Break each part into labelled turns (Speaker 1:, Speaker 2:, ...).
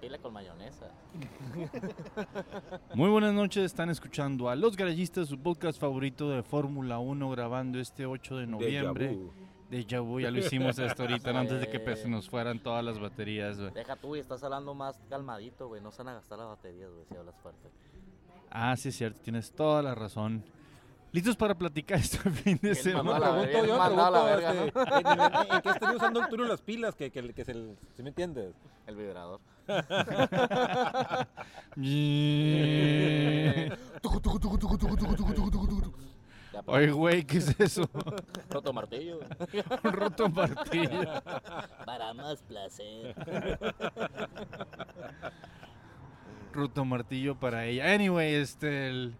Speaker 1: Tortilla Mm, con mayonesa.
Speaker 2: Muy buenas noches, están escuchando a Los Garallistas, su podcast favorito de Fórmula 1, grabando este 8 de noviembre. De Vu, ya lo hicimos hasta ahorita, ¿no? antes de que pues, se nos fueran todas las baterías, güey.
Speaker 1: Deja tú, y estás hablando más calmadito, güey. No se van a gastar las baterías, güey, si hablas fuerte.
Speaker 2: Ah, sí, es cierto, tienes toda la razón. ¿Listos para platicar este fin de
Speaker 1: Bien mamado,
Speaker 2: semana?
Speaker 1: la
Speaker 3: Pregunto
Speaker 1: verga,
Speaker 3: yo,
Speaker 1: mandado a la
Speaker 3: pregunto, este, ¿en, en- en- en qué estaría usando el turno las pilas? Que, que, que se, ¿sí me entiendes?
Speaker 1: El vibrador. Ya, pues, pero-
Speaker 2: Oye, güey, ¿qué es eso?
Speaker 1: Roto martillo.
Speaker 2: Un roto martillo.
Speaker 1: Para más placer.
Speaker 2: Eh, Roto martillo para ella. Anyway, este, el-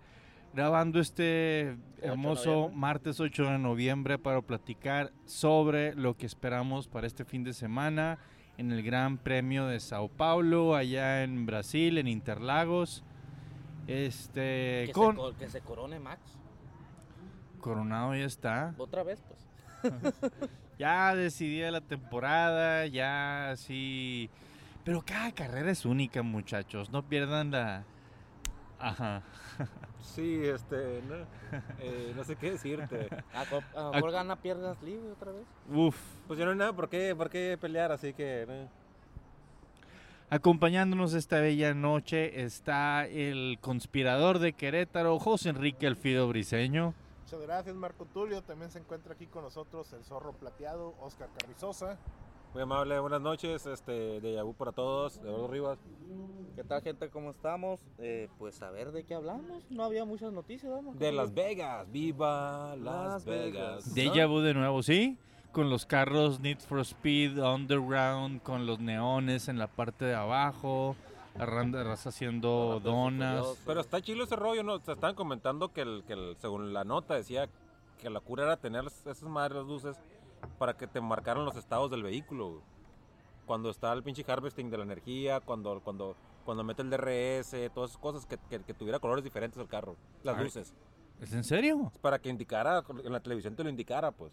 Speaker 2: grabando este
Speaker 1: de
Speaker 2: hermoso
Speaker 1: noviembre.
Speaker 2: martes 8 de noviembre para platicar sobre lo que esperamos para este fin de semana en el Gran Premio de Sao Paulo, allá en Brasil, en Interlagos. Este,
Speaker 1: Que,
Speaker 2: con
Speaker 1: se, co- que se corone Max.
Speaker 2: Coronado ya está.
Speaker 1: Otra vez, pues.
Speaker 2: Ya decidida la temporada, ya así. Pero cada carrera es única, muchachos. No pierdan la. Ajá.
Speaker 3: Sí, este, no, eh, no sé qué decirte.
Speaker 1: A, co- a lo mejor gana piernas libre otra vez.
Speaker 2: Uf.
Speaker 3: Pues yo no hay nada por qué, por qué pelear, así que... no.
Speaker 2: Acompañándonos esta bella noche está el conspirador de Querétaro, José Enrique Alfido Briseño.
Speaker 4: Muchas gracias, Marco Tulio. También se encuentra aquí con nosotros el zorro plateado, Oscar Carrizosa.
Speaker 3: Muy amable, buenas noches, este, de Yabú para todos, de Eduardo Rivas.
Speaker 1: ¿Qué tal, gente? ¿Cómo estamos? Eh, pues a ver de qué hablamos. No había muchas noticias, vamos.
Speaker 3: De Las Vegas, viva Las
Speaker 1: Las Vegas.
Speaker 3: Vegas.
Speaker 2: Deja vu de nuevo, ¿sí? Con los carros Need for Speed, Underground, con los neones en la parte de abajo, la randa- raza haciendo
Speaker 1: Rápidos y
Speaker 2: donas.
Speaker 1: Furiosos.
Speaker 3: Pero está chilo ese rollo, ¿no? Se estaban comentando que, el, que el- según la nota decía que la cura era tener esas madres luces para que te marcaran los estados del vehículo. güey. Cuando está el pinche harvesting de la energía, cuando, cuando, cuando mete el DRS, todas esas cosas, que, que- que tuviera colores diferentes el carro, las
Speaker 2: Ay.
Speaker 3: luces.
Speaker 2: ¿Es en serio?
Speaker 3: Para que indicara, en la televisión te lo indicara, pues.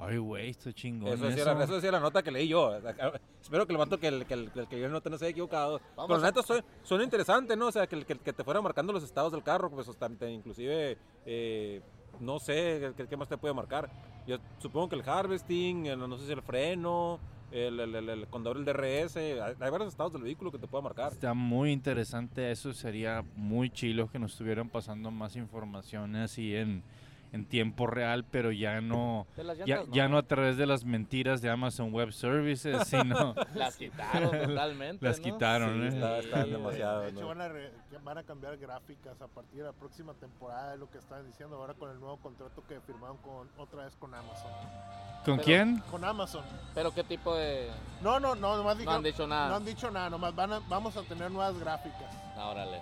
Speaker 2: Ay, güey, esto chingón.
Speaker 3: Eso decía, la, eso decía la nota que leí yo. O sea, Espero que el vato que, el- que, el- que, el que yo la nota no se haya equivocado.
Speaker 1: Vamos
Speaker 3: Pero
Speaker 1: a-
Speaker 3: la neta suena, suena interesante, ¿no? O sea, que, el- que, el que te fuera marcando los estados del carro, pues hasta, te- inclusive, eh, no sé, ¿qué, qué más te puede marcar? Yo supongo que el harvesting, el- no sé si el freno, el, el, el, el- cuando abre el DRS, hay, hay varios estados del vehículo que te pueda marcar.
Speaker 2: Está muy interesante eso, sería muy chilo que nos estuvieran pasando más información así en, en tiempo real, pero ya no,
Speaker 1: De las
Speaker 2: ya,
Speaker 1: llantas,
Speaker 2: ya no a través de las mentiras de Amazon Web Services, sino
Speaker 1: Las quitaron totalmente.
Speaker 2: las
Speaker 1: ¿no?
Speaker 2: quitaron.
Speaker 3: Sí,
Speaker 2: ¿eh?
Speaker 3: está- está
Speaker 1: Sí,
Speaker 3: demasiado.
Speaker 4: de hecho,
Speaker 3: ¿no?
Speaker 4: van, a re- que van a cambiar gráficas a partir de la próxima temporada, es lo que estaban diciendo ahora con el nuevo contrato que firmaron con otra vez con Amazon.
Speaker 2: ¿Con
Speaker 1: Pero-
Speaker 2: quién?
Speaker 4: Con Amazon.
Speaker 1: Pero qué tipo de.
Speaker 4: No, no, no, nomás
Speaker 1: No han
Speaker 4: dijeron-
Speaker 1: dicho
Speaker 4: no
Speaker 1: nada.
Speaker 4: han dicho nada, nomás van a- vamos a tener nuevas gráficas.
Speaker 1: Ah, órale.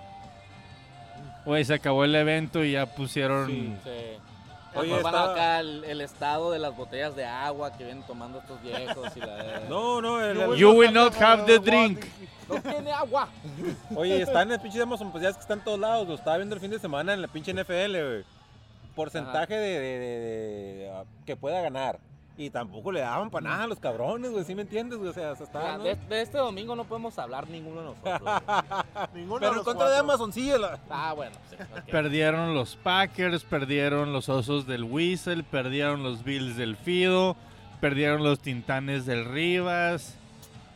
Speaker 2: Güey, se acabó el evento y ya pusieron...
Speaker 3: Sí.
Speaker 1: Sí. Oye,
Speaker 3: Oye,
Speaker 1: Pues van
Speaker 3: estaba-
Speaker 1: acá el, el estado de las botellas de agua que vienen tomando estos viejos y la
Speaker 3: No, no, el- el-
Speaker 2: You will not have the drink.
Speaker 1: no tiene agua.
Speaker 3: Oye, están en el pinche Amazon, pues ya es que están en todos lados. Lo estaba viendo el fin de semana en la pinche NFL, güey. Porcentaje de, de- de- de, ah, que pueda ganar. Y tampoco le daban para nada a los cabrones, güey. ¿Sí me entiendes? güey? O sea,
Speaker 1: Mira,
Speaker 3: se está. ¿no?
Speaker 1: de, de este domingo no podemos hablar ninguno de nosotros. güey.
Speaker 4: Ninguno
Speaker 3: Pero en contra de Amazon, sí. la-
Speaker 1: Ah, bueno. sí, ok.
Speaker 2: Perdieron los Packers, perdieron los Osos del Whistle, perdieron los Bills del Fido, perdieron los Tintanes del Rivas,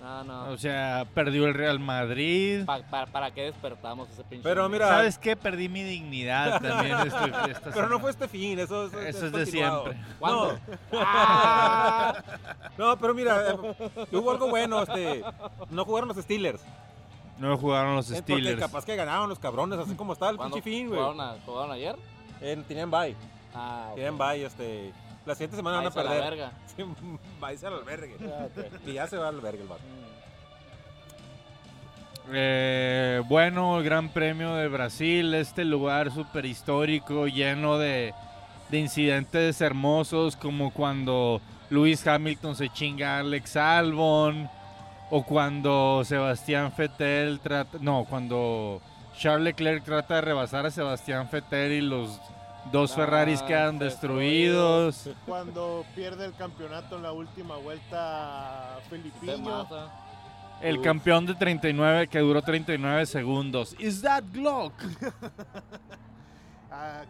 Speaker 1: No,
Speaker 3: Ah.
Speaker 1: no.
Speaker 2: o sea, perdió el Real Madrid.
Speaker 1: Pa- pa- ¿Para qué despertamos ese pinche?
Speaker 3: Pero
Speaker 1: domingo?
Speaker 3: mira-
Speaker 2: ¿Sabes qué? Perdí mi dignidad también. este- esta
Speaker 3: Pero no
Speaker 2: semana.
Speaker 3: fue este fin, eso, eso,
Speaker 2: Eso es de
Speaker 3: continuado.
Speaker 2: siempre.
Speaker 1: ¿Cuándo?
Speaker 3: No,
Speaker 1: Ah,
Speaker 3: no, pero mira, eh, hubo algo bueno. este No jugaron los Steelers.
Speaker 2: No jugaron los
Speaker 3: eh,
Speaker 2: Steelers.
Speaker 3: Porque capaz que ganaron los cabrones, así como estaba el
Speaker 1: ¿cuándo
Speaker 3: pinche fin, güey.
Speaker 1: ¿Jugaron, a- jugaron ayer?
Speaker 3: Eh, tenían bye.
Speaker 1: Ah, ok.
Speaker 3: Tenían bye, este. La siguiente semana van a
Speaker 1: Váyanse a la
Speaker 3: perder.
Speaker 1: verga.
Speaker 3: Sí, váyase al albergue.
Speaker 1: Ah, ok.
Speaker 3: Y ya se va al albergue el vato.
Speaker 1: Mm.
Speaker 2: Eh, bueno, el Gran Premio de Brasil, este lugar súper histórico, lleno de, de incidentes hermosos, como cuando Lewis Hamilton se chinga a Alex Albon, o cuando Sebastián Vettel trata. No, cuando Charles Leclerc trata de rebasar a Sebastián Vettel y los dos
Speaker 1: Ah,
Speaker 2: Ferraris quedan
Speaker 1: destruidos.
Speaker 2: destruidos.
Speaker 4: Cuando pierde el campeonato en la última vuelta
Speaker 1: Te
Speaker 4: Felipiño.
Speaker 1: mata.
Speaker 2: El
Speaker 1: Uf.
Speaker 2: campeón de 39 que duró 39 segundos. ¿Is that Glock?
Speaker 4: Ah,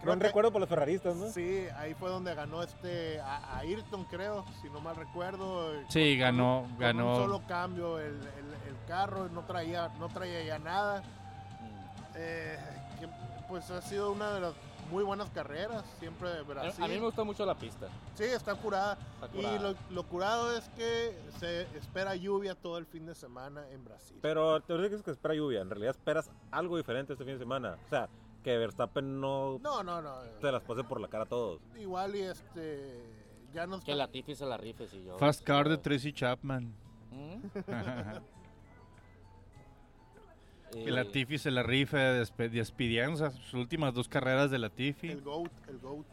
Speaker 4: creo
Speaker 3: Buen
Speaker 4: que-
Speaker 3: recuerdo por los ferraristas, ¿no?
Speaker 4: Sí, ahí fue donde ganó este a, Ayrton, creo, si no mal recuerdo.
Speaker 2: Sí, ganó,
Speaker 4: Con
Speaker 2: ganó.
Speaker 4: Un solo cambio el, el- el carro, no traía, no traía ya nada.
Speaker 1: Mm.
Speaker 4: Eh, que, pues ha sido una de las muy buenas carreras, siempre de Brasil.
Speaker 1: A mí me gusta mucho la pista.
Speaker 4: Sí, está curada.
Speaker 1: está curada.
Speaker 4: Y lo, lo curado es que se espera lluvia todo el fin de semana en Brasil.
Speaker 3: Pero te dices que espera lluvia. En realidad esperas algo diferente este fin de semana. O sea, que Verstappen no,
Speaker 4: no, no, no.
Speaker 3: te las pase por la cara a todos.
Speaker 4: Igual y este ya nos
Speaker 1: Que la Tiffy se la rife, sí, yo.
Speaker 2: Fast car de Tracy Chapman.
Speaker 1: ¿Mm?
Speaker 2: que
Speaker 1: Eh,
Speaker 2: la Tiffy se la rife despe- despidieron esas- sus últimas dos carreras de la
Speaker 4: el
Speaker 2: Tiffy.
Speaker 4: goat, el goat.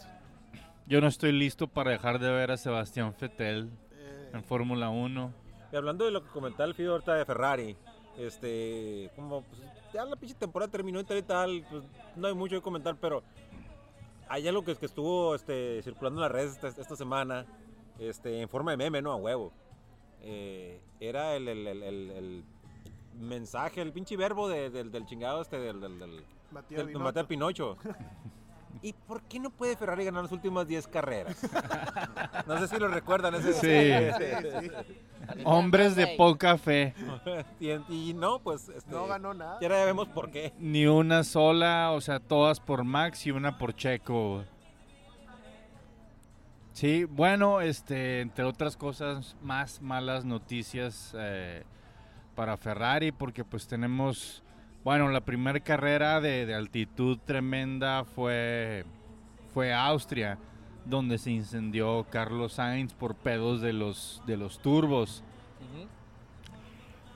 Speaker 2: Yo no estoy listo para dejar de ver a Sebastián Fettel
Speaker 4: Eh,
Speaker 2: en Fórmula 1.
Speaker 3: Y hablando de lo que comentaba el Fido ahorita de Ferrari, este, como pues, ya la pinche temporada terminó y tal y tal, pues, no hay mucho que comentar, pero hay algo que, que estuvo este, circulando en las redes esta, esta semana, este, en forma de meme, ¿no? A huevo. Eh, era el, el- el- el- el mensaje, el pinche verbo de- del, del chingado este, del, del- del-
Speaker 4: Mateo
Speaker 3: del
Speaker 4: Binotto.
Speaker 3: combate a Pinocho. ¿Y por qué no puede Ferrari ganar las últimas 10 carreras? No sé si lo recuerdan ese
Speaker 2: Sí.
Speaker 4: Sí, sí.
Speaker 2: Hombres de
Speaker 5: Güey.
Speaker 2: poca fe.
Speaker 3: Y, en- y no, pues este,
Speaker 4: No ganó nada.
Speaker 3: Y ahora ya vemos por qué.
Speaker 2: Ni una sola, o sea, todas por Max y una por Checo. Sí, bueno, este, entre otras cosas, más malas noticias eh, para Ferrari, porque pues tenemos, bueno, la primera carrera de, de altitud tremenda fue, fue Austria, donde se incendió Carlos Sainz por pedos de los, de los turbos.
Speaker 1: ujú,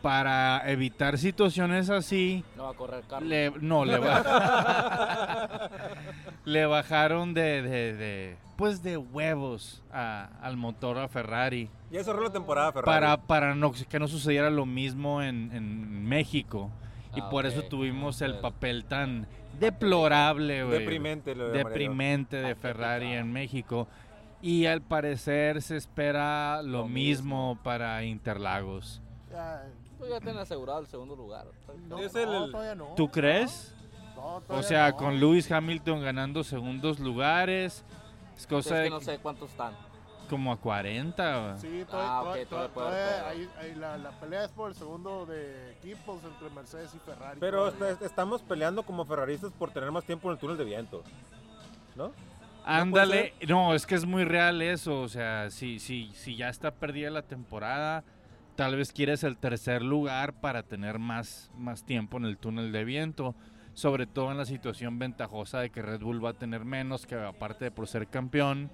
Speaker 2: Para evitar situaciones así,
Speaker 1: No va a correr Carlos.
Speaker 2: le, no, le, ba- le bajaron de, de- de, pues de huevos a- al motor a Ferrari,
Speaker 3: Ya cerró la temporada, Ferrari.
Speaker 2: para, para no, que no sucediera lo mismo en, en México. Y
Speaker 1: Ah,
Speaker 2: por eso
Speaker 1: ok.
Speaker 2: tuvimos el
Speaker 1: Pues,
Speaker 2: papel tan deplorable, güey.
Speaker 3: Deprimente lo de
Speaker 2: Deprimente de Ferrari en México. Y al parecer se espera lo,
Speaker 1: Lo
Speaker 2: mismo. para Interlagos.
Speaker 4: Ah,
Speaker 1: Pues ya tienen asegurado el segundo lugar.
Speaker 4: no,
Speaker 3: Es el-
Speaker 4: no, todavía no.
Speaker 2: ¿Tú crees?
Speaker 4: No,
Speaker 2: O
Speaker 4: todavía
Speaker 2: sea,
Speaker 4: no.
Speaker 2: con Lewis Hamilton ganando segundos lugares, es
Speaker 1: Es
Speaker 2: cosa
Speaker 1: que
Speaker 2: de
Speaker 1: no sé cuántos están.
Speaker 2: como a 40.
Speaker 4: Sí,
Speaker 1: Ah,
Speaker 4: todavía,
Speaker 1: ok,
Speaker 4: todavía-
Speaker 1: todavía puede
Speaker 4: todavía
Speaker 1: haber.
Speaker 4: hay- hay la, la pelea es por el segundo de equipos entre Mercedes y Ferrari.
Speaker 3: Pero
Speaker 4: todavía.
Speaker 3: est- estamos peleando como ferraristas por tener más tiempo en el túnel de viento. ¿No?
Speaker 2: Ándale, no, es que es muy real eso, o sea, si, si, si ya está perdida la temporada, tal vez quieres el tercer lugar para tener más, más tiempo en el túnel de viento, sobre todo en la situación ventajosa de que Red Bull va a tener menos, que aparte de por ser campeón,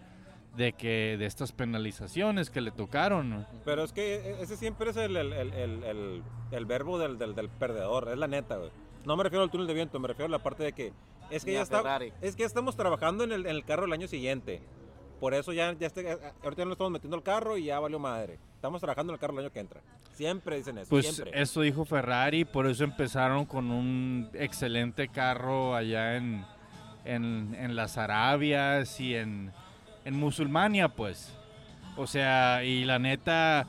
Speaker 2: de que de estas penalizaciones que le tocaron.
Speaker 3: Pero es que e- ese siempre es el, el- el- el- el- el verbo del, del- del perdedor, es la neta, güey. No me refiero al túnel de viento, me refiero a la parte de que es que
Speaker 1: Ni
Speaker 3: ya
Speaker 1: a
Speaker 3: está,
Speaker 1: Ferrari.
Speaker 3: es que ya estamos trabajando en el, en el carro el año siguiente. Por eso ya, ya este- ahorita ya no estamos metiendo el carro y ya valió madre. Estamos trabajando en el carro el año que entra. Siempre dicen eso,
Speaker 2: Pues
Speaker 3: siempre.
Speaker 2: eso dijo Ferrari, por eso empezaron con un excelente carro allá en, en, en las Arabias y en, en Musulmania, pues. O sea, y la neta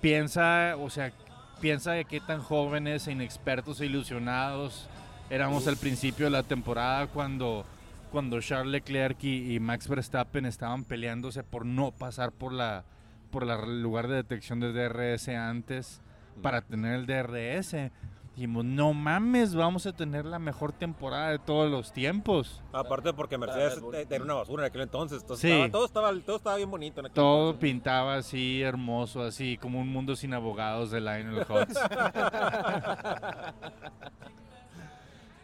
Speaker 2: piensa, o sea, piensa de qué tan jóvenes e inexpertos e ilusionados éramos al principio de la temporada cuando, cuando Charles Leclerc y, y Max Verstappen estaban peleándose por no pasar por la por la- el lugar de detección de DRS antes para tener el DRS. Dijimos, no mames, vamos a tener la mejor temporada de todos los tiempos.
Speaker 3: Aparte porque Mercedes
Speaker 1: Red Bull.
Speaker 3: eh, era una basura en aquel entonces, entonces
Speaker 2: Sí.
Speaker 3: estaba- todo, estaba, todo estaba bien bonito en aquel
Speaker 2: Todo
Speaker 3: entonces.
Speaker 2: pintaba así, hermoso, así, como un mundo sin abogados de Lionel Hutz.
Speaker 3: este-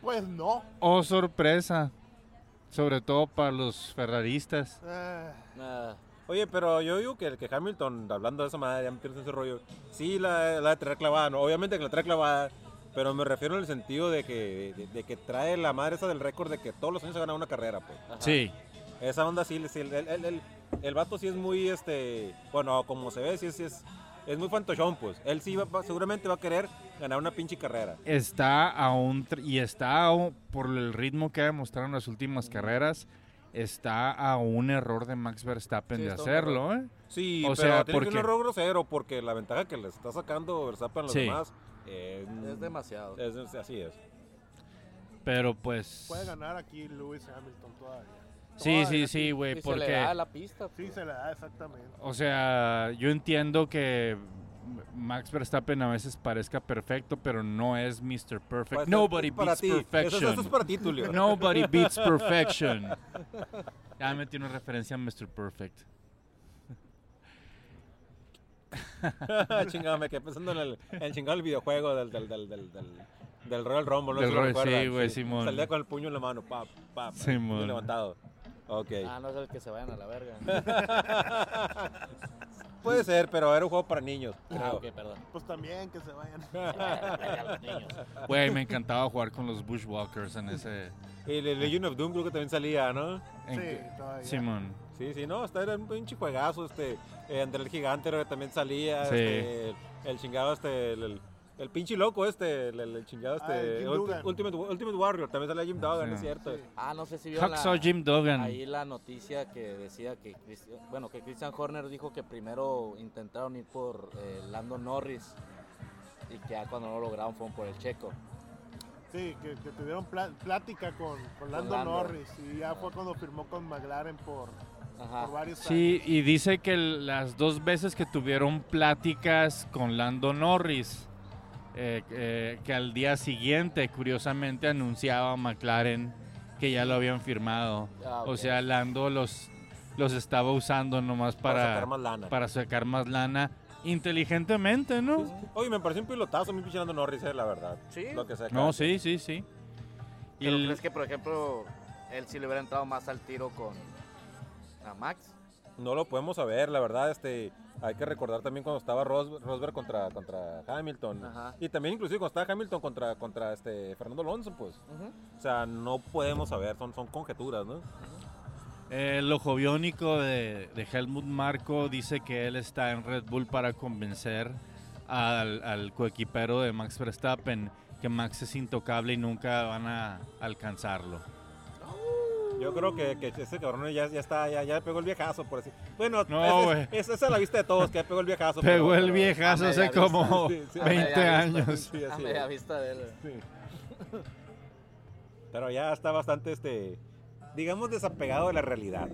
Speaker 4: Pues no.
Speaker 2: oh, sorpresa. Sobre todo para los ferraristas.
Speaker 4: Ah,
Speaker 1: Ah,
Speaker 3: Oye, pero yo digo que, que Hamilton, hablando de esa madre, ya metiéndose en ese rollo, sí la, la de traer clavada, no, obviamente que la trae clavada, pero me refiero en el sentido de que, de, de que trae la madre esa del récord de que todos los años se gana una carrera, pues.
Speaker 1: ajá.
Speaker 2: Sí,
Speaker 3: Esa onda sí, sí, el, el, el- el- el vato sí es muy, este, bueno, como se ve, sí es, sí es, es muy fantochón, pues. Él sí va- va- seguramente va a querer ganar una pinche carrera.
Speaker 2: está aún, tr- y está aún, por el ritmo que ha demostrado en las últimas carreras, está a un error de Max Verstappen
Speaker 4: Sí,
Speaker 2: de
Speaker 4: está un
Speaker 2: hacerlo, ¿eh?
Speaker 3: Sí,
Speaker 2: O
Speaker 3: pero
Speaker 2: sea,
Speaker 3: tiene que
Speaker 2: porque-
Speaker 3: un error grosero porque la ventaja que le está sacando Verstappen a los
Speaker 2: Sí.
Speaker 3: demás eh,
Speaker 1: Es demasiado.
Speaker 3: es- es- así es.
Speaker 2: Pero pues...
Speaker 4: Puede ganar aquí Lewis Hamilton todavía.
Speaker 2: Sí, sí,
Speaker 4: Todavía
Speaker 2: sí, güey,
Speaker 1: Y se le
Speaker 2: porque...
Speaker 1: da a la pista.
Speaker 4: Sí,
Speaker 1: pues.
Speaker 4: se la da exactamente.
Speaker 2: O sea, yo entiendo que Max Verstappen a veces parezca perfecto, pero no es Mr. Perfect.
Speaker 3: Para-
Speaker 2: Nobody
Speaker 3: Pues
Speaker 2: beats
Speaker 3: para ti. Eso- Eso,
Speaker 2: perfection.
Speaker 3: es para ti, Tulio.
Speaker 2: Nobody beats perfection. Ya me tiene una referencia a Mr. Perfect.
Speaker 3: Chingada, me quedé pensando en el, en chingado el videojuego del, del, del, del, del, del Royal Rumble. ¿no?
Speaker 2: Del
Speaker 3: ¿Sí lo
Speaker 2: Royal-
Speaker 3: recuerdan?
Speaker 2: sí, güey, Simón.
Speaker 3: Salía con el puño en la mano, pa, pa, pa,
Speaker 2: Simón.
Speaker 3: puño levantado. Ok.
Speaker 1: Ah, no es el que se vayan a la verga.
Speaker 3: Puede ser, pero era un juego para niños,
Speaker 1: Ah,
Speaker 3: creo.
Speaker 1: ok, perdón.
Speaker 4: Pues también que se vayan.
Speaker 1: A los niños.
Speaker 2: Güey, me encantaba jugar con los Bushwalkers en ese...
Speaker 3: Y el Legend of Doom creo que también salía, ¿no?
Speaker 2: en-
Speaker 4: Sí, todavía.
Speaker 2: Simón.
Speaker 3: Sí, sí, no, hasta era un pinche juegazo, este, eh, André el Gigante creo que también salía,
Speaker 2: Sí.
Speaker 3: este, el, el chingado, este, el, el- el pinche loco este, el, el- el chingado,
Speaker 4: Ah, el
Speaker 3: este,
Speaker 4: Jim
Speaker 3: Ulti-
Speaker 4: Dugan.
Speaker 3: Ultimate, Ultimate Warrior, también salía Jim Duggan,
Speaker 2: Sí.
Speaker 3: es cierto.
Speaker 4: Sí.
Speaker 1: Ah, no sé si vieron
Speaker 2: Hacksaw
Speaker 1: la,
Speaker 2: Jim Duggan.
Speaker 1: ahí la noticia que decía que Cristi- bueno que Christian Horner dijo que primero intentaron ir por eh, Lando Norris y que ya cuando no lo lograron fueron por el checo.
Speaker 4: Sí, que, que tuvieron pla- plática con, con Lando
Speaker 1: Lando.
Speaker 4: Norris y ya fue cuando firmó con McLaren por,
Speaker 1: Ajá.
Speaker 4: por varios
Speaker 2: Sí, y dice que el- las dos veces que tuvieron pláticas con Lando Norris, eh, eh, que al día siguiente, curiosamente, anunciaba McLaren que ya lo habían firmado.
Speaker 1: Ah,
Speaker 2: O
Speaker 1: ok.
Speaker 2: sea, Lando los, los estaba usando nomás
Speaker 3: Para,
Speaker 2: para,
Speaker 3: sacar más lana.
Speaker 2: para sacar más lana inteligentemente, ¿no?
Speaker 3: Oye, me pareció un pilotazo, mi pinche Lando Norris, eh, la verdad.
Speaker 1: Sí.
Speaker 3: Lo que sea.
Speaker 2: No, sí, sí, sí. Y
Speaker 1: Pero
Speaker 2: el-
Speaker 1: crees que por ejemplo él sí le hubiera entrado más al tiro con a Max.
Speaker 3: No lo podemos saber, la verdad, este, hay que recordar también cuando estaba Ros- Rosberg contra, contra Hamilton.
Speaker 1: Ajá.
Speaker 3: Y también inclusive cuando estaba Hamilton contra, contra este, Fernando Alonso, pues.
Speaker 1: Ujú.
Speaker 3: O sea, no podemos saber, son, son conjeturas, ¿no?
Speaker 2: El ojo biónico de, de Helmut Marco dice que él está en Red Bull para convencer al, al coequipero de Max Verstappen que Max es intocable y nunca van a alcanzarlo.
Speaker 3: Yo creo que, que ese cabrón ya, ya está, ya, ya pegó el viejazo, por así. Bueno,
Speaker 2: No,
Speaker 3: esa
Speaker 2: güey.
Speaker 3: es, es, esa es la vista de todos, que ya pegó el viejazo.
Speaker 2: Pegó
Speaker 3: pero-
Speaker 2: el
Speaker 3: pero-
Speaker 2: viejazo
Speaker 1: a
Speaker 2: hace
Speaker 1: media
Speaker 2: como
Speaker 3: vista, sí, sí, a
Speaker 2: 20
Speaker 1: media vista.
Speaker 2: años.
Speaker 3: Sí,
Speaker 1: a
Speaker 3: así
Speaker 1: media
Speaker 3: es.
Speaker 1: vista de él.
Speaker 3: Sí. Pero ya está bastante, este, digamos, desapegado de la realidad,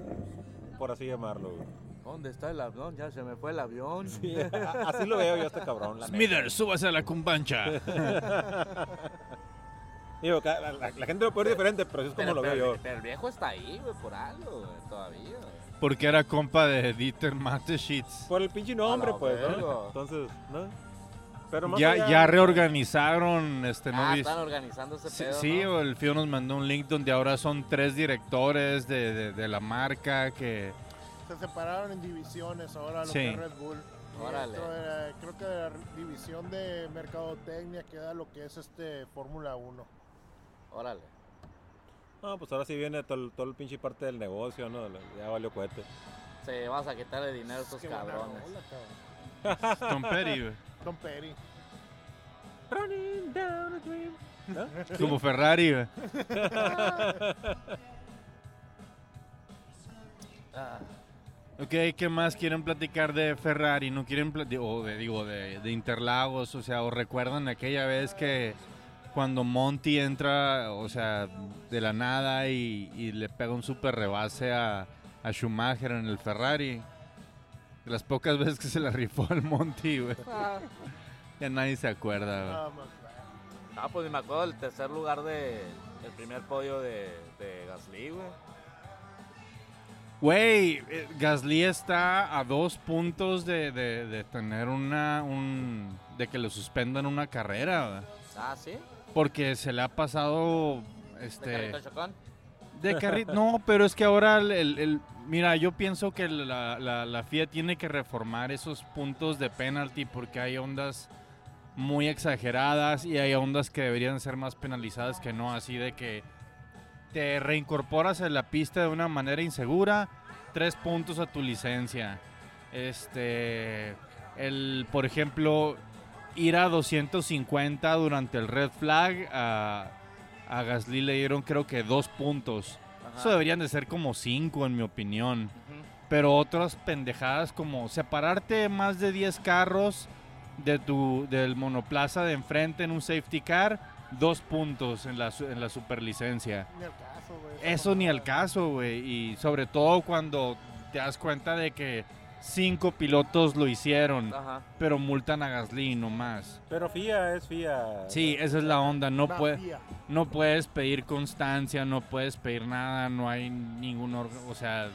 Speaker 3: por así llamarlo. güey.
Speaker 1: ¿Dónde está el avión? Ya se me fue el avión.
Speaker 3: Sí, a- así lo veo yo a este cabrón. la neta.
Speaker 2: Smithers, súbase a la cumbancha.
Speaker 3: Digo, ca- la, la- la gente lo puede ver diferente, pero así es como
Speaker 1: Pero,
Speaker 3: lo veo
Speaker 1: pero-
Speaker 3: yo.
Speaker 1: pero el viejo está ahí, güey, por algo, güey, todavía. güey.
Speaker 2: Porque era compa de Dieter Mateschitz.
Speaker 3: Por el pinche nombre,
Speaker 1: A la
Speaker 3: pues,
Speaker 1: verga.
Speaker 3: ¿no? Entonces, ¿no? Pero más
Speaker 2: Ya,
Speaker 3: allá-
Speaker 2: ya reorganizaron, este, ¿no?
Speaker 1: ah,
Speaker 2: Dis-
Speaker 1: están organizando ese
Speaker 2: Sí,
Speaker 1: pedo,
Speaker 2: sí,
Speaker 1: ¿no?
Speaker 2: o el Fio nos mandó un link donde ahora son tres directores de, de- de la marca que...
Speaker 4: Se separaron en divisiones ahora lo
Speaker 2: Sí.
Speaker 4: que es Red Bull. Y
Speaker 1: Órale.
Speaker 4: esto era, creo que la división de mercadotecnia queda lo que es este Fórmula 1.
Speaker 1: Órale.
Speaker 3: No, pues ahora sí viene todo, el- todo el pinche parte del negocio, ¿no? Ya valió cohete.
Speaker 1: Se vas a quitarle dinero a estos
Speaker 4: Qué buena
Speaker 1: cabrones.
Speaker 4: rola, cabrón.
Speaker 2: Tom Petty, güey.
Speaker 4: Tom Petty.
Speaker 3: ¿No?
Speaker 2: Como Ferrari, güey.
Speaker 1: Ah,
Speaker 2: Ok, ¿qué más quieren platicar de Ferrari? ¿No quieren plati- o de, digo, de, de Interlagos? O sea, ¿o recuerdan aquella vez que cuando Monty entra, o sea, de la nada y, y le pega un super rebase a, a Schumacher en el Ferrari? De las pocas veces que se la rifó al Monty, güey.
Speaker 1: ah.
Speaker 2: Ya nadie se acuerda, güey.
Speaker 4: Ah, McLaren.
Speaker 1: Ah, pues ni me acuerdo del tercer lugar de el primer podio de, de Gasly, güey.
Speaker 2: Güey, eh, Gasly está a dos puntos de, de- de tener una. Un, de que le suspendan una carrera, ¿verdad?
Speaker 1: Ah, sí.
Speaker 2: porque se le ha
Speaker 1: De
Speaker 2: pasado.
Speaker 1: Carrito
Speaker 2: Este,
Speaker 1: Chocón.
Speaker 2: de carri- No, pero es que ahora. El, el- el- mira, yo pienso que la, la- la FIA tiene que reformar esos puntos de penalty porque hay ondas muy exageradas y hay ondas que deberían ser más penalizadas que no, así de que te reincorporas en la pista de una manera insegura, tres puntos a tu licencia. Este, el, por ejemplo, ir a 250 durante el red flag, a, a Gasly le dieron creo que dos puntos.
Speaker 1: Ajá.
Speaker 2: Eso deberían de ser como cinco, en mi opinión.
Speaker 1: Ujú.
Speaker 2: Pero otras pendejadas como separarte más de 10 carros de tu, del monoplaza de enfrente en un safety car, dos puntos en la, su- en la superlicencia.
Speaker 4: Ni al caso, güey. esa
Speaker 2: Eso ni al
Speaker 4: mamada.
Speaker 2: caso, güey. Y sobre todo cuando te das cuenta de que cinco pilotos lo hicieron,
Speaker 1: Ajá.
Speaker 2: pero multan a Gasly nomás.
Speaker 3: Pero FIA es FIA.
Speaker 2: Sí, esa es la onda. No,
Speaker 4: Una
Speaker 2: puede,
Speaker 4: tía.
Speaker 2: no puedes pedir constancia, no puedes pedir nada, no hay ningún órgano. O sea,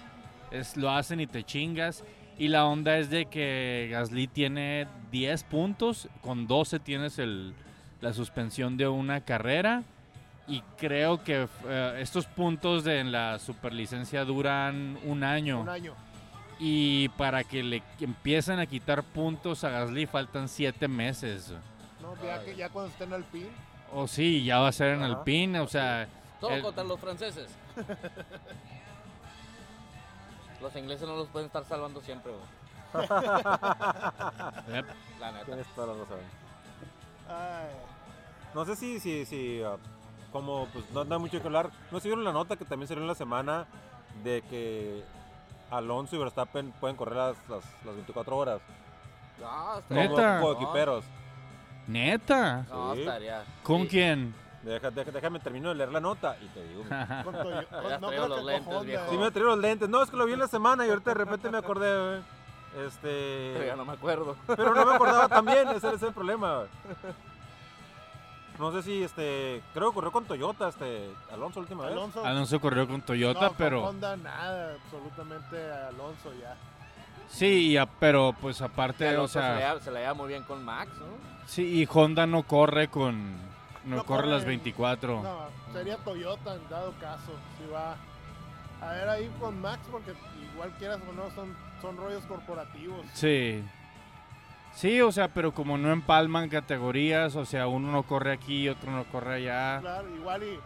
Speaker 2: es, lo hacen y te chingas. Y la onda es de que Gasly tiene 10 puntos, con 12 tienes el, la suspensión de una carrera. Y creo que eh, estos puntos de en la superlicencia duran un año.
Speaker 4: Un año.
Speaker 2: Y para que le empiecen a quitar puntos a Gasly faltan 7 meses.
Speaker 4: No, ya, que, ya cuando estén al pin.
Speaker 2: O sí, ya va a ser en
Speaker 3: Ajá.
Speaker 2: Alpine, o sea...
Speaker 1: Todo
Speaker 2: El-
Speaker 1: contra los franceses. los ingleses no los pueden estar salvando siempre, güey.
Speaker 2: Yep.
Speaker 1: La neta.
Speaker 3: Tienes toda la razón.
Speaker 4: Ay,
Speaker 3: No sé si, si, si ah, como pues no da mucho que hablar. No se vieron la nota que también salió en la semana de que Alonso y Verstappen pueden correr las, las, las 24 horas.
Speaker 1: No,
Speaker 3: Como
Speaker 1: estaría-
Speaker 2: Neta.
Speaker 1: No,
Speaker 3: coequiperos.
Speaker 2: Neta.
Speaker 1: No,
Speaker 3: Sí.
Speaker 1: estaría.
Speaker 2: ¿Con
Speaker 1: sí.
Speaker 2: quién?
Speaker 3: Deja- deja- déjame termino de leer la nota y te digo.
Speaker 4: con Toyo- con-
Speaker 1: Ya traigo
Speaker 4: no creo
Speaker 1: los
Speaker 4: que
Speaker 1: lentes,
Speaker 4: con Honda.
Speaker 1: viejo.
Speaker 3: Sí me trajeron los lentes. No, es que lo vi en la semana y ahorita de repente me acordé, güey.
Speaker 1: Pero ya
Speaker 3: Este,
Speaker 1: no me acuerdo.
Speaker 3: pero no me acordaba también, ese es el problema. güey. No sé si este, creo que ocurrió con Toyota, este, Alonso última vez.
Speaker 4: Alonso.
Speaker 2: Alonso corrió con
Speaker 4: no,
Speaker 2: Toyota,
Speaker 4: con
Speaker 2: pero
Speaker 4: Honda nada, absolutamente Alonso ya.
Speaker 2: sí, y a- pero pues aparte,
Speaker 1: Pero
Speaker 2: o
Speaker 1: se, le
Speaker 2: sea,
Speaker 1: lleva, se la lleva muy bien con Max, ¿no?
Speaker 2: sí, y Honda no corre con no,
Speaker 4: No
Speaker 2: corre las
Speaker 4: corre.
Speaker 2: 24.
Speaker 4: No, sería Toyota en dado caso, si va. A ver ahí con Max, porque igual quieras o no, son, son rollos corporativos.
Speaker 2: Sí. Sí, o sea, pero como no empalman categorías, o sea, uno no corre aquí, otro no corre allá.
Speaker 4: Claro, igual y. eh,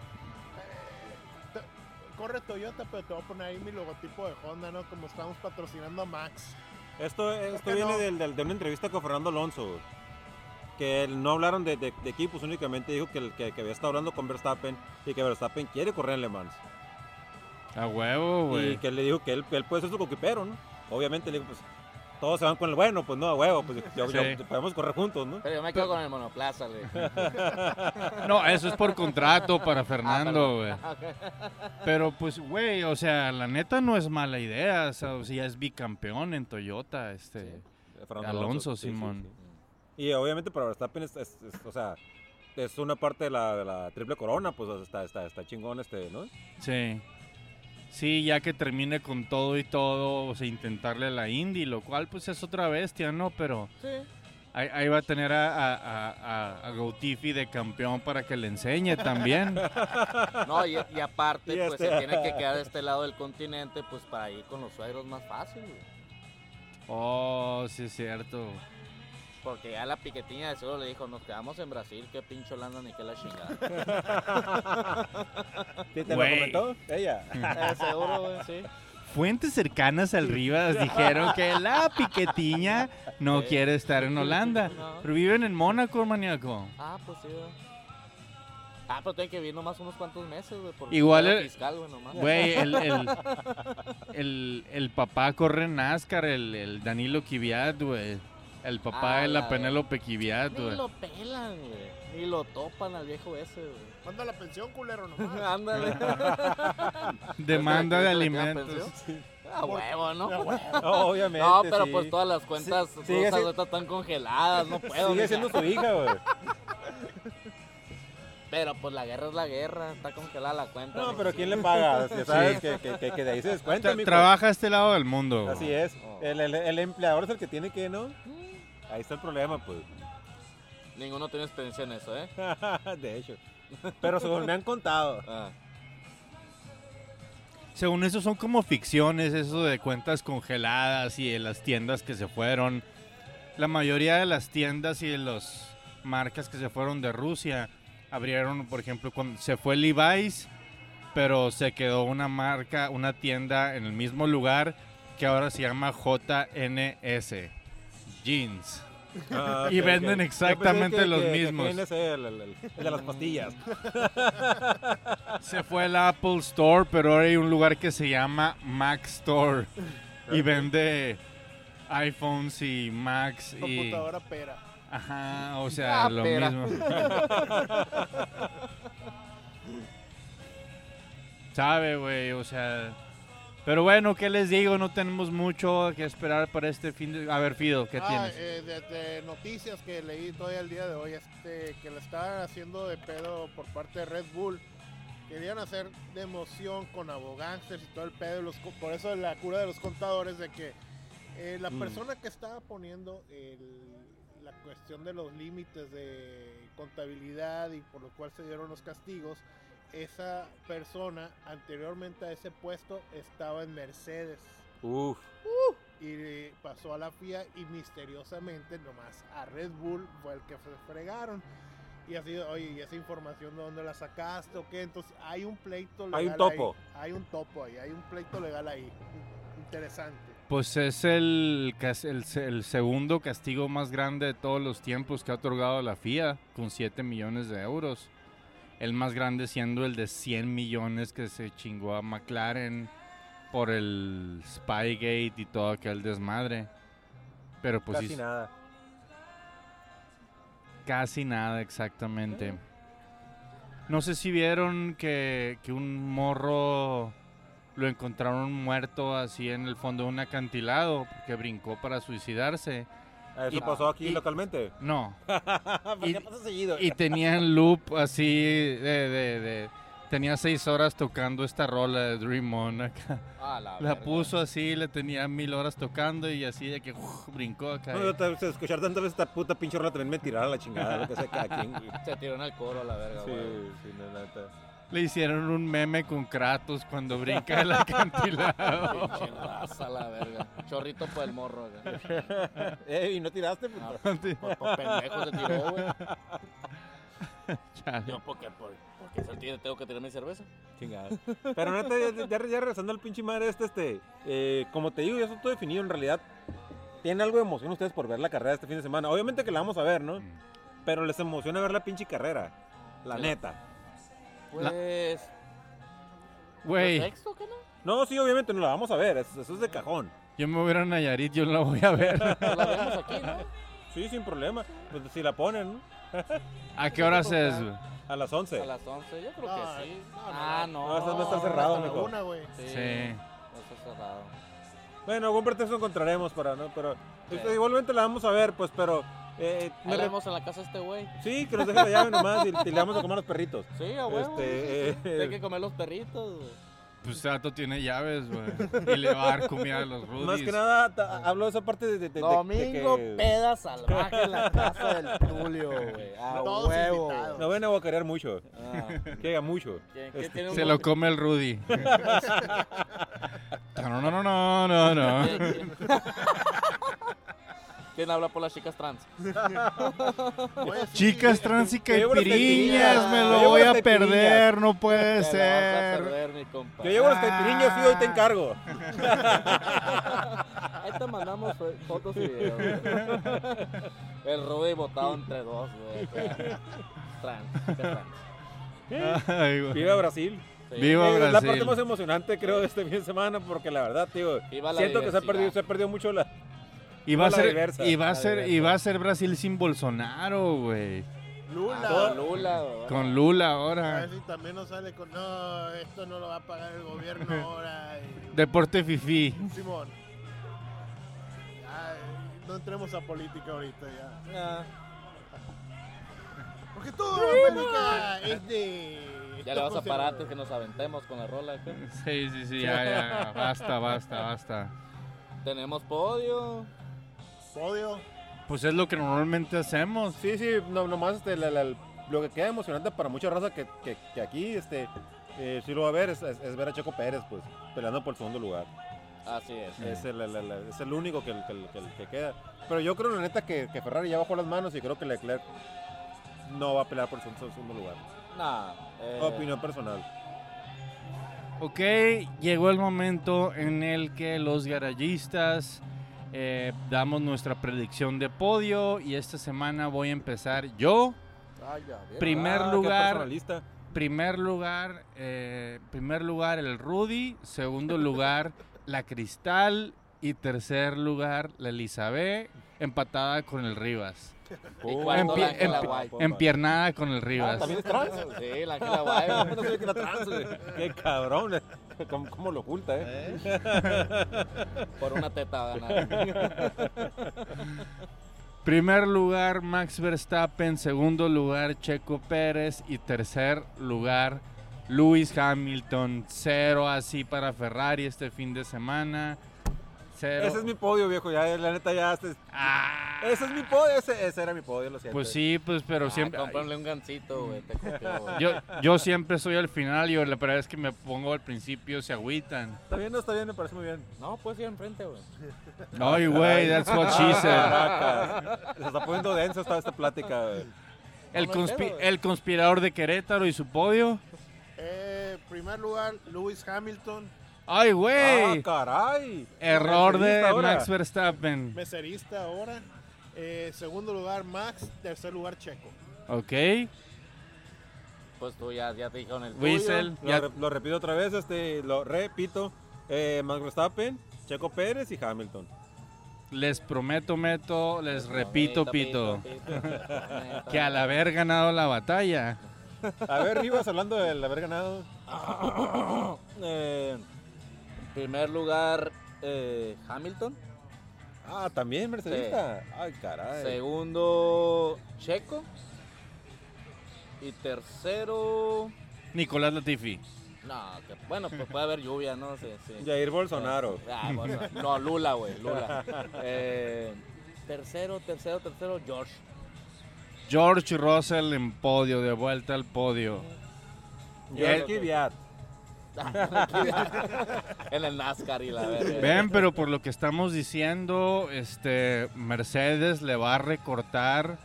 Speaker 4: te- corre Toyota, pero te voy a poner ahí mi logotipo de Honda, ¿no? Como estamos patrocinando a Max.
Speaker 3: Esto, esto
Speaker 4: que
Speaker 3: viene
Speaker 4: no.
Speaker 3: del- del- de una entrevista con Fernando Alonso, güey, que él- no hablaron de, de- de equipos, únicamente dijo que, el- que, que había estado hablando con Verstappen y que Verstappen quiere correr en Le Mans.
Speaker 2: A huevo,
Speaker 3: Y
Speaker 2: güey.
Speaker 3: que él le dijo que él, que él puede ser su coquipero, ¿no? Obviamente le dijo, pues, todos se van con el bueno, pues no, a huevo, pues yo- yo-
Speaker 2: Sí.
Speaker 3: podemos correr juntos, ¿no?
Speaker 1: Pero yo me quedo con el monoplaza, güey.
Speaker 2: No, eso es por contrato para Fernando, güey.
Speaker 1: Ah, perdón.
Speaker 2: Pero pues, güey, o sea, la neta no es mala idea, o sea, o sea, ya es bicampeón en Toyota, este.
Speaker 1: Sí.
Speaker 3: Fernando
Speaker 2: Alonso,
Speaker 3: sí, sí,
Speaker 2: Simón.
Speaker 3: sí. Y obviamente para Verstappen es, es- es- o sea, es una parte de la, de la triple corona, pues o sea, está, está, está chingón este, ¿no?
Speaker 2: Sí. Sí, ya que termine con todo y todo, o sea, intentarle a la Indy, lo cual pues es otra bestia, ¿no? Pero
Speaker 1: Sí.
Speaker 2: ahí, ahí va a tener a, a, a- a- a Gautifi de campeón para que le enseñe también.
Speaker 1: No, y, y aparte,
Speaker 3: Y
Speaker 1: pues
Speaker 3: este-
Speaker 1: se tiene que quedar de este lado del continente, pues para ir con los suegros más fácil, güey.
Speaker 2: Oh, sí es cierto.
Speaker 1: Porque ya la piquetinha de seguro le dijo, nos quedamos en Brasil, qué pincho Holanda ni qué la chingada.
Speaker 3: ¿Sí ¿Te
Speaker 2: Güey.
Speaker 3: lo comentó? Ella.
Speaker 1: Eh, seguro, güey, sí.
Speaker 2: Fuentes cercanas al Rivas dijeron que la piquetiña no
Speaker 1: Sí.
Speaker 2: quiere estar en Holanda.
Speaker 1: No.
Speaker 2: Pero viven en Mónaco, maníaco.
Speaker 1: Ah, pues sí, güey. Ah, pero tiene que vivir nomás unos cuantos meses, güey. por-
Speaker 2: Igual
Speaker 1: por lo
Speaker 2: el-
Speaker 1: fiscal, güey, nomás.
Speaker 2: Güey, el, el, el- el papá corre en NASCAR, el, el Danilo Kiviat, güey. El papá
Speaker 1: Ah,
Speaker 2: de la
Speaker 1: la
Speaker 2: Penélope Kiviat,
Speaker 1: Ni
Speaker 2: güey.
Speaker 1: lo pelan, güey. Ni lo topan al viejo ese, güey.
Speaker 4: Manda la pensión, culero, nomás.
Speaker 1: Ándale.
Speaker 2: Demanda de
Speaker 1: ¿Crees que le queda
Speaker 2: alimentos.
Speaker 1: pensión? Ah, huevo, ¿no?
Speaker 4: Ya, güey.
Speaker 3: Obviamente.
Speaker 1: No, pero
Speaker 3: sí.
Speaker 1: pues todas las cuentas
Speaker 3: Sí, sigue
Speaker 1: rusas
Speaker 3: siendo-
Speaker 1: ahorita están congeladas, no puedo.
Speaker 3: Sigue
Speaker 1: mija.
Speaker 3: siendo su hija, güey.
Speaker 1: Pero pues la guerra es la guerra, está congelada la cuenta.
Speaker 3: No,
Speaker 1: mija.
Speaker 3: pero ¿quién le paga? Ya sabes que, que, que, que de ahí se descuenta,
Speaker 2: Tra-
Speaker 3: mijo.
Speaker 2: Trabaja a este lado del mundo. güey.
Speaker 3: Así es.
Speaker 1: No.
Speaker 3: El, el, el empleador es el que tiene que, ¿no? Oh. Ahí está el problema, pues.
Speaker 1: Ninguno tiene experiencia en eso, ¿eh?
Speaker 3: de hecho. Pero según me han contado.
Speaker 1: Ah.
Speaker 2: Según eso son como ficciones, eso de cuentas congeladas y de las tiendas que se fueron. La mayoría de las tiendas y de las marcas que se fueron de Rusia abrieron, por ejemplo, cuando se fue Levi's, pero se quedó una marca, una tienda en el mismo lugar que ahora se llama JNS Jeans.
Speaker 3: Ah,
Speaker 2: Y
Speaker 3: ok,
Speaker 2: venden
Speaker 3: ok. Yo pensé
Speaker 2: exactamente los mismos.
Speaker 3: ¿Quién es él? El, el- el de las pastillas.
Speaker 2: Se fue el Apple Store, pero ahora hay un lugar que se llama Mac Store y vende iPhones y Macs y
Speaker 4: Computadora pera.
Speaker 2: ajá, o sea,
Speaker 1: Ah,
Speaker 2: lo
Speaker 1: pera.
Speaker 2: mismo. Sabe, güey, o sea, pero bueno, ¿qué les digo? No tenemos mucho que esperar para este fin de A ver, Fido, ¿qué
Speaker 4: ah,
Speaker 2: tienes?
Speaker 4: eh, de, de noticias que leí todavía el día de hoy, este, que le estaban haciendo de pedo por parte de Red Bull. Querían hacer de emoción con abogángsters y todo el pedo. Los, co- por eso la cura de los contadores de que eh, la
Speaker 3: Mm.
Speaker 4: persona que estaba poniendo el- la cuestión de los límites de contabilidad y por lo cual se dieron los castigos, esa persona anteriormente a ese puesto estaba en Mercedes
Speaker 3: Uf.
Speaker 4: y eh, pasó a la FIA y misteriosamente nomás a Red Bull fue el que se fregaron. Y así, oye, ¿y esa información de dónde la sacaste o qué? Entonces hay un pleito legal
Speaker 3: Hay un
Speaker 4: ahí.
Speaker 3: topo.
Speaker 4: Hay un topo ahí, hay un pleito legal ahí. Interesante.
Speaker 2: Pues es el, cas- el, se- el segundo castigo más grande de todos los tiempos que ha otorgado la FIA, con 7 millones de euros. El más grande siendo el de 100 millones que se chingó a McLaren por el Spygate y todo aquel desmadre. Pero pues
Speaker 3: casi
Speaker 2: sí,
Speaker 3: nada.
Speaker 2: casi nada exactamente. No sé si vieron que, que un morro lo encontraron muerto así en el fondo de un acantilado que brincó para suicidarse.
Speaker 3: Ah, Eso
Speaker 2: Y-
Speaker 3: pasó aquí
Speaker 2: y-
Speaker 3: localmente.
Speaker 2: No,
Speaker 3: ¿Por
Speaker 2: Y-
Speaker 3: qué pasa seguido?
Speaker 2: Y tenía en loop así de, de- de- Tenía seis horas tocando esta rola de Dream On acá.
Speaker 1: Ah, la,
Speaker 2: La
Speaker 1: verga.
Speaker 2: puso así, le tenía mil horas tocando y así de que uf, brincó acá.
Speaker 3: No, yo te- se escuchar tantas veces esta puta pinche rola también me tirará la chingada, lo que sea cada quien, güey.
Speaker 1: Se tiró en el coro a la verga, güey.
Speaker 3: Sí, sí, la neta.
Speaker 2: Le hicieron un meme con Kratos cuando brinca el acantilado.
Speaker 1: Pinche raza, la verga. Chorrito por el morro, güey.
Speaker 3: Ey, Eh, ¿y no tiraste?
Speaker 1: Ah,
Speaker 3: puta?
Speaker 1: por, por pendejo se tiró, güey.
Speaker 2: Chale.
Speaker 1: Yo, porque, porque, porque se tira, tengo que tirar mi cerveza.
Speaker 3: Chingada. Ah, Pero neta, ya, ya- ya regresando al pinche madre este, este, eh, como te digo, ya está todo definido en realidad. ¿Tienen algo de emoción ustedes por ver la carrera este fin de semana? Obviamente que la vamos a ver, ¿no?
Speaker 2: Mm.
Speaker 3: Pero les emociona ver la pinche carrera. La
Speaker 1: Sí.
Speaker 3: neta.
Speaker 2: La-
Speaker 1: Pues.
Speaker 2: Güey,
Speaker 1: ¿Pretexto, qué no?
Speaker 3: No, sí, obviamente no la vamos a ver. Eso, eso es de cajón.
Speaker 2: yo me voy a ir a Nayarit, yo no la voy a ver.
Speaker 1: Pues la vemos aquí, ¿no?
Speaker 3: Sí, sin problema. Pues si la ponen, ¿no?
Speaker 2: ¿A qué horas es? güey?
Speaker 3: A las 11.
Speaker 1: A las 11, yo creo
Speaker 4: No,
Speaker 1: que sí.
Speaker 4: no, no,
Speaker 1: ah, no.
Speaker 3: No, eso no está cerrado,
Speaker 4: Hasta la
Speaker 3: mijo.
Speaker 4: una, güey.
Speaker 1: Sí.
Speaker 2: Sí.
Speaker 1: No está cerrado.
Speaker 3: Bueno, algún pretexto encontraremos para, ¿no? Pero
Speaker 1: Sí.
Speaker 3: este, igualmente la vamos a ver, pues, pero... eh,
Speaker 1: Ahí
Speaker 3: me
Speaker 1: la
Speaker 3: re-
Speaker 1: vemos en la casa de este güey.
Speaker 3: Sí, que nos deje la llave nomás y, y le vamos a comer a los perritos.
Speaker 1: Sí, a huevo.
Speaker 3: Este,
Speaker 1: sí, sí, sí.
Speaker 3: eh,
Speaker 1: Hay que comer los perritos, güey.
Speaker 2: Pues Trato tiene llaves, güey. Y le va a dar comida a los rudos.
Speaker 3: Más que nada, ta- hablo de esa parte de... de- de- de- de
Speaker 1: Domingo
Speaker 3: que-
Speaker 1: peda salvaje en la casa del Tulio, güey. A
Speaker 4: Todos
Speaker 1: huevo.
Speaker 4: invitados.
Speaker 1: güey.
Speaker 3: No van a guacarear mucho,
Speaker 1: Ah,
Speaker 3: que haga mucho.
Speaker 1: ¿quién- quién tiene un
Speaker 2: Se lo
Speaker 1: bote?
Speaker 2: come el Rudy. No, no, no, no, no, no.
Speaker 1: ¿Quién- ¿Quién habla por las chicas trans?
Speaker 4: Oye, sí,
Speaker 2: Chicas
Speaker 4: eh,
Speaker 2: trans y
Speaker 3: llevo las
Speaker 2: caipiriñas,
Speaker 1: tequilillas,
Speaker 2: me
Speaker 1: yo
Speaker 2: lo
Speaker 1: llevo
Speaker 2: voy
Speaker 3: las
Speaker 2: a perder, no puede
Speaker 1: Te la vas a
Speaker 2: ser.
Speaker 1: perder, mi compa.
Speaker 3: Yo llevo
Speaker 2: Ah.
Speaker 3: los caipirinhas y hoy te encargo.
Speaker 1: Ahí te mandamos fo- fotos y videos. güey. El Rudy botado entre dos, güey. acá. Trans, chicas trans.
Speaker 2: Ay, güey.
Speaker 3: Viva Brasil.
Speaker 1: Sí.
Speaker 2: Viva
Speaker 3: Eh, Es la parte
Speaker 2: Brasil.
Speaker 3: más emocionante, creo, de este fin de semana, porque la verdad, tío,
Speaker 1: Viva la
Speaker 3: siento que se ha
Speaker 1: diversidad.
Speaker 3: perdido, se ha perdido mucho la...
Speaker 2: Y va a
Speaker 3: la
Speaker 2: ser,
Speaker 3: diversa,
Speaker 2: y va a
Speaker 1: la
Speaker 2: ser, y
Speaker 1: diversa.
Speaker 2: va a ser Brasil sin Bolsonaro, güey.
Speaker 4: Lula.
Speaker 1: Ah, Lula, güey.
Speaker 2: Con Lula
Speaker 4: A
Speaker 2: ahora.
Speaker 4: ver si también nos sale con. No, esto no lo va a pagar el gobierno ahora. y-
Speaker 2: Deporte fifi.
Speaker 4: Simón. Ay, no entremos a política ahorita ya.
Speaker 1: Ah.
Speaker 4: Porque todo América es de.
Speaker 1: Ya le vas a parar antes que nos aventemos con la rola. acá.
Speaker 2: Sí, sí, sí, ya, ya. Basta, basta, basta.
Speaker 1: Tenemos podio.
Speaker 4: Podio.
Speaker 2: Pues es lo que normalmente hacemos.
Speaker 3: Sí, sí, no, nomás este, la- la- lo que queda emocionante para mucha raza que, que- que aquí este, eh, sí lo va a ver es, es- es ver a Checo Pérez pues peleando por el segundo lugar.
Speaker 1: Así es.
Speaker 3: Es, el, el- el- es el único que, que- que- que queda. Pero yo creo la neta que, que Ferrari ya bajó las manos y creo que Leclerc no va a pelear por el segundo, segundo lugar.
Speaker 1: Nah. eh,
Speaker 3: Opinión personal.
Speaker 2: Ok, llegó el momento en el que los garayistas eh, damos nuestra predicción de podio y esta semana voy a empezar yo.
Speaker 4: Ay, ya, bien.
Speaker 2: Primer
Speaker 3: Ah, qué
Speaker 2: lugar,
Speaker 3: personalista.
Speaker 2: primer lugar, eh, primer lugar el Rudy, segundo lugar la Cristal y tercer lugar la Elizabeth, empatada con el Rivas,
Speaker 1: Y cuarto,
Speaker 2: Empie-
Speaker 1: la Ángela
Speaker 2: empie-
Speaker 1: White.
Speaker 3: Pues
Speaker 2: empiernada con el
Speaker 3: Ah,
Speaker 2: Rivas.
Speaker 3: ¿También es trans?
Speaker 1: Sí, la Ángela White.
Speaker 3: No sabía que era trans, güey. Qué cabrón. eh. ¿Cómo, cómo lo oculta, eh?
Speaker 1: Por una teta ganada.
Speaker 2: Primer lugar Max Verstappen, segundo lugar Checo Pérez y tercer lugar Lewis Hamilton. Cero así para Ferrari este fin de semana. Cero.
Speaker 3: Ese es mi podio, viejo. Ya, la neta, ya. este-
Speaker 2: Ah,
Speaker 3: Ese es mi podio. Ese, ese era mi podio, lo siento.
Speaker 2: pues sí, pues pero
Speaker 1: Ah,
Speaker 2: siempre.
Speaker 1: Cómprale un gancito, güey. Te copió, güey.
Speaker 2: Yo, yo siempre soy al final y la primera vez que me pongo al principio se agüitan.
Speaker 3: Está bien, no está bien, me parece muy bien.
Speaker 1: No, puedes ir enfrente, güey.
Speaker 2: Ay, Ah, güey, that's what she said.
Speaker 3: Caracas. Ah, Se está poniendo denso esta, esta plática, güey.
Speaker 2: El, conspi- el conspirador de Querétaro y su podio.
Speaker 4: Eh, primer lugar, Lewis Hamilton,
Speaker 2: Ay,
Speaker 3: ¡Ah,
Speaker 2: güey.
Speaker 3: caray!
Speaker 2: Error de
Speaker 3: Entrevista ahora.
Speaker 2: Max Verstappen.
Speaker 4: meserista ahora. Eh, segundo lugar, Max. Tercer lugar, Checo.
Speaker 2: Ok.
Speaker 1: Pues tú ya, ya te dijeron el tuyo.
Speaker 2: Whistle.
Speaker 3: Lo,
Speaker 2: Ya,
Speaker 3: re- lo repito otra vez, este, lo repito. Eh, Max Verstappen, Checo Pérez y Hamilton.
Speaker 2: les prometo, Meto, les repito, Pito,
Speaker 1: pito.
Speaker 2: que al haber ganado la batalla,
Speaker 3: A ver, Rivas, hablando del haber ganado.
Speaker 1: Eh, en primer lugar, eh, Hamilton.
Speaker 3: Ah, también mercedista. Ay, caray.
Speaker 1: Segundo, Checo. Y tercero.
Speaker 2: Nicolás Latifi.
Speaker 1: No, que- bueno, pues puede haber lluvia, ¿no? Sí, sí.
Speaker 3: Jair Bolsonaro.
Speaker 1: Ah, bueno, no, Lula, güey, Lula. Eh, tercero, tercero, tercero, George.
Speaker 2: George Russell en podio, de vuelta al podio.
Speaker 3: Jair
Speaker 1: Yo-
Speaker 3: Kvyat.
Speaker 1: en el NASCAR y la verga.
Speaker 2: Ven, pero por lo que estamos diciendo, este Mercedes le va a recortar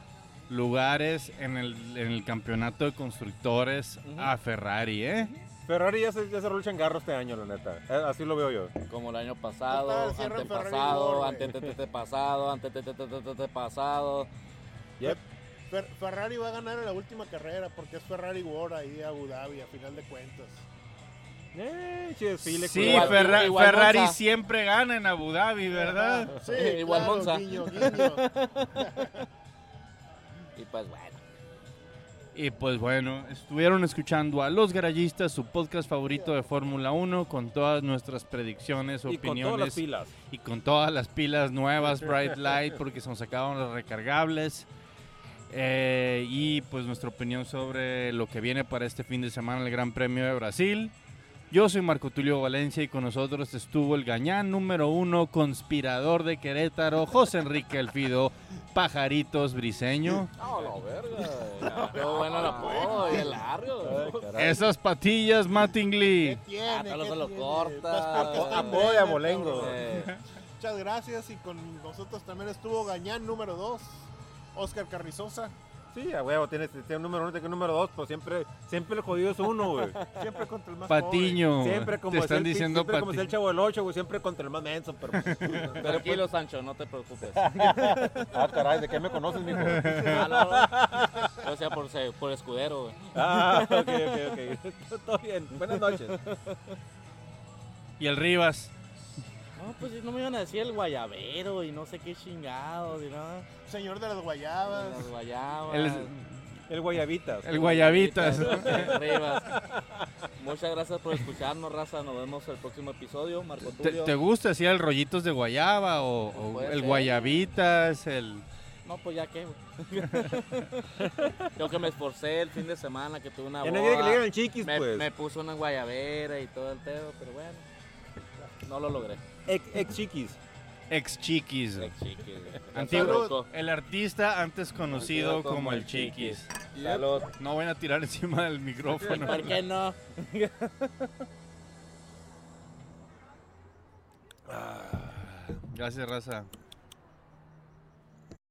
Speaker 2: lugares en el, en el campeonato de constructores a Ferrari, ¿eh?
Speaker 3: Ferrari ya se, ya cerró el changarro este año, la neta. Eh, Así lo veo yo.
Speaker 1: Como el año
Speaker 4: Total,
Speaker 1: pasado,
Speaker 4: cierran
Speaker 1: antepasado,
Speaker 4: Ferrari World,
Speaker 1: antetetepasado, antetetepasado.
Speaker 3: Yep.
Speaker 4: Fer- Ferrari va a ganar en la última carrera porque es Ferrari World ahí a Abu Dhabi, a final de cuentas.
Speaker 3: Eh, che desfile,
Speaker 2: Sí,
Speaker 3: cuidado.
Speaker 1: Fer-
Speaker 2: Ferra-
Speaker 1: igual
Speaker 2: Ferrari
Speaker 1: Monza.
Speaker 2: siempre gana en Abu Dhabi, ¿verdad?
Speaker 4: Sí,
Speaker 1: Igual
Speaker 4: claro,
Speaker 1: Monza.
Speaker 4: guiño, guiño.
Speaker 1: Y pues bueno.
Speaker 2: Y pues bueno, estuvieron escuchando a Los Garallistas, su podcast favorito de Fórmula 1, con todas nuestras predicciones,
Speaker 3: Y con todas las
Speaker 2: opiniones
Speaker 3: pilas.
Speaker 2: y con todas las pilas nuevas Bright Light porque se nos acabaron las recargables. Eh, y pues nuestra opinión sobre lo que viene para este fin de semana el Gran Premio de Brasil. Yo soy Marco Tulio Valencia y con nosotros estuvo el gañán número uno, conspirador de Querétaro, José Enrique Elfido, Pajaritos Briseño.
Speaker 1: No, la verga. Qué bueno el apodo, y el largo.
Speaker 2: Esas patillas, Mattingly.
Speaker 4: ¿Qué tiene?
Speaker 1: Ah, tal
Speaker 4: ¿Qué
Speaker 1: vez se lo
Speaker 4: tiene?
Speaker 1: corta.
Speaker 4: Pues porque está
Speaker 1: Ah,
Speaker 4: en
Speaker 3: voy a
Speaker 4: breve,
Speaker 3: Bolengo.
Speaker 4: cabrón.
Speaker 1: Eh,
Speaker 4: Muchas gracias y con nosotros también estuvo Gañán número 2, Oscar Carrizosa.
Speaker 3: Sí, a huevo, tiene, tiene un número uno, tiene un número dos, pero siempre, siempre el jodido es uno, güey.
Speaker 4: Siempre contra el más
Speaker 2: Patiño.
Speaker 3: Siempre como
Speaker 2: Te
Speaker 3: decía
Speaker 2: están
Speaker 3: el, pi-
Speaker 2: diciendo
Speaker 3: siempre como
Speaker 2: Patiño.
Speaker 3: decía el chavo del 8, güey, siempre contra el más menso, pero pues,
Speaker 1: Tranquilo, Sancho, no te preocupes.
Speaker 3: ah, caray, ¿de qué me conoces, mijo?
Speaker 1: Ah, no, no. O sea, por, se- por escudero, güey.
Speaker 3: Ah, ok, ok, ok. Todo bien. Buenas noches.
Speaker 2: Y el Rivas.
Speaker 1: No, pues no me iban a decir el guayabero y no sé qué chingados y nada.
Speaker 4: pobre. Señor de las guayabas.
Speaker 1: Las guayabas.
Speaker 2: El-
Speaker 3: El guayabitas.
Speaker 2: El Guayabitas.
Speaker 1: Rivas. Muchas gracias por escucharnos, raza. Nos vemos el próximo episodio. Marco
Speaker 2: ¿Te,
Speaker 1: Tulio.
Speaker 2: te gusta así el rollitos de guayaba o, o
Speaker 1: Puede
Speaker 2: el
Speaker 1: ser.
Speaker 2: guayabitas? El...
Speaker 1: No, pues ya qué, güey. Yo que me esforcé el fin de semana, que tuve una
Speaker 3: Ya no quiere que le digan
Speaker 1: boda.
Speaker 3: el chiquis,
Speaker 1: Me,
Speaker 3: pues.
Speaker 1: me puso una guayabera y todo el pedo, pero bueno. No lo logré.
Speaker 3: Ex, ex chiquis.
Speaker 2: Ex Chiquis.
Speaker 1: El chiquis, güey.
Speaker 2: Antiguo-
Speaker 1: Salud.
Speaker 2: el artista antes conocido como, el Chiquis.
Speaker 1: Salud.
Speaker 2: No van a tirar encima del micrófono.
Speaker 1: ¿Por qué no?
Speaker 2: Gracias, raza.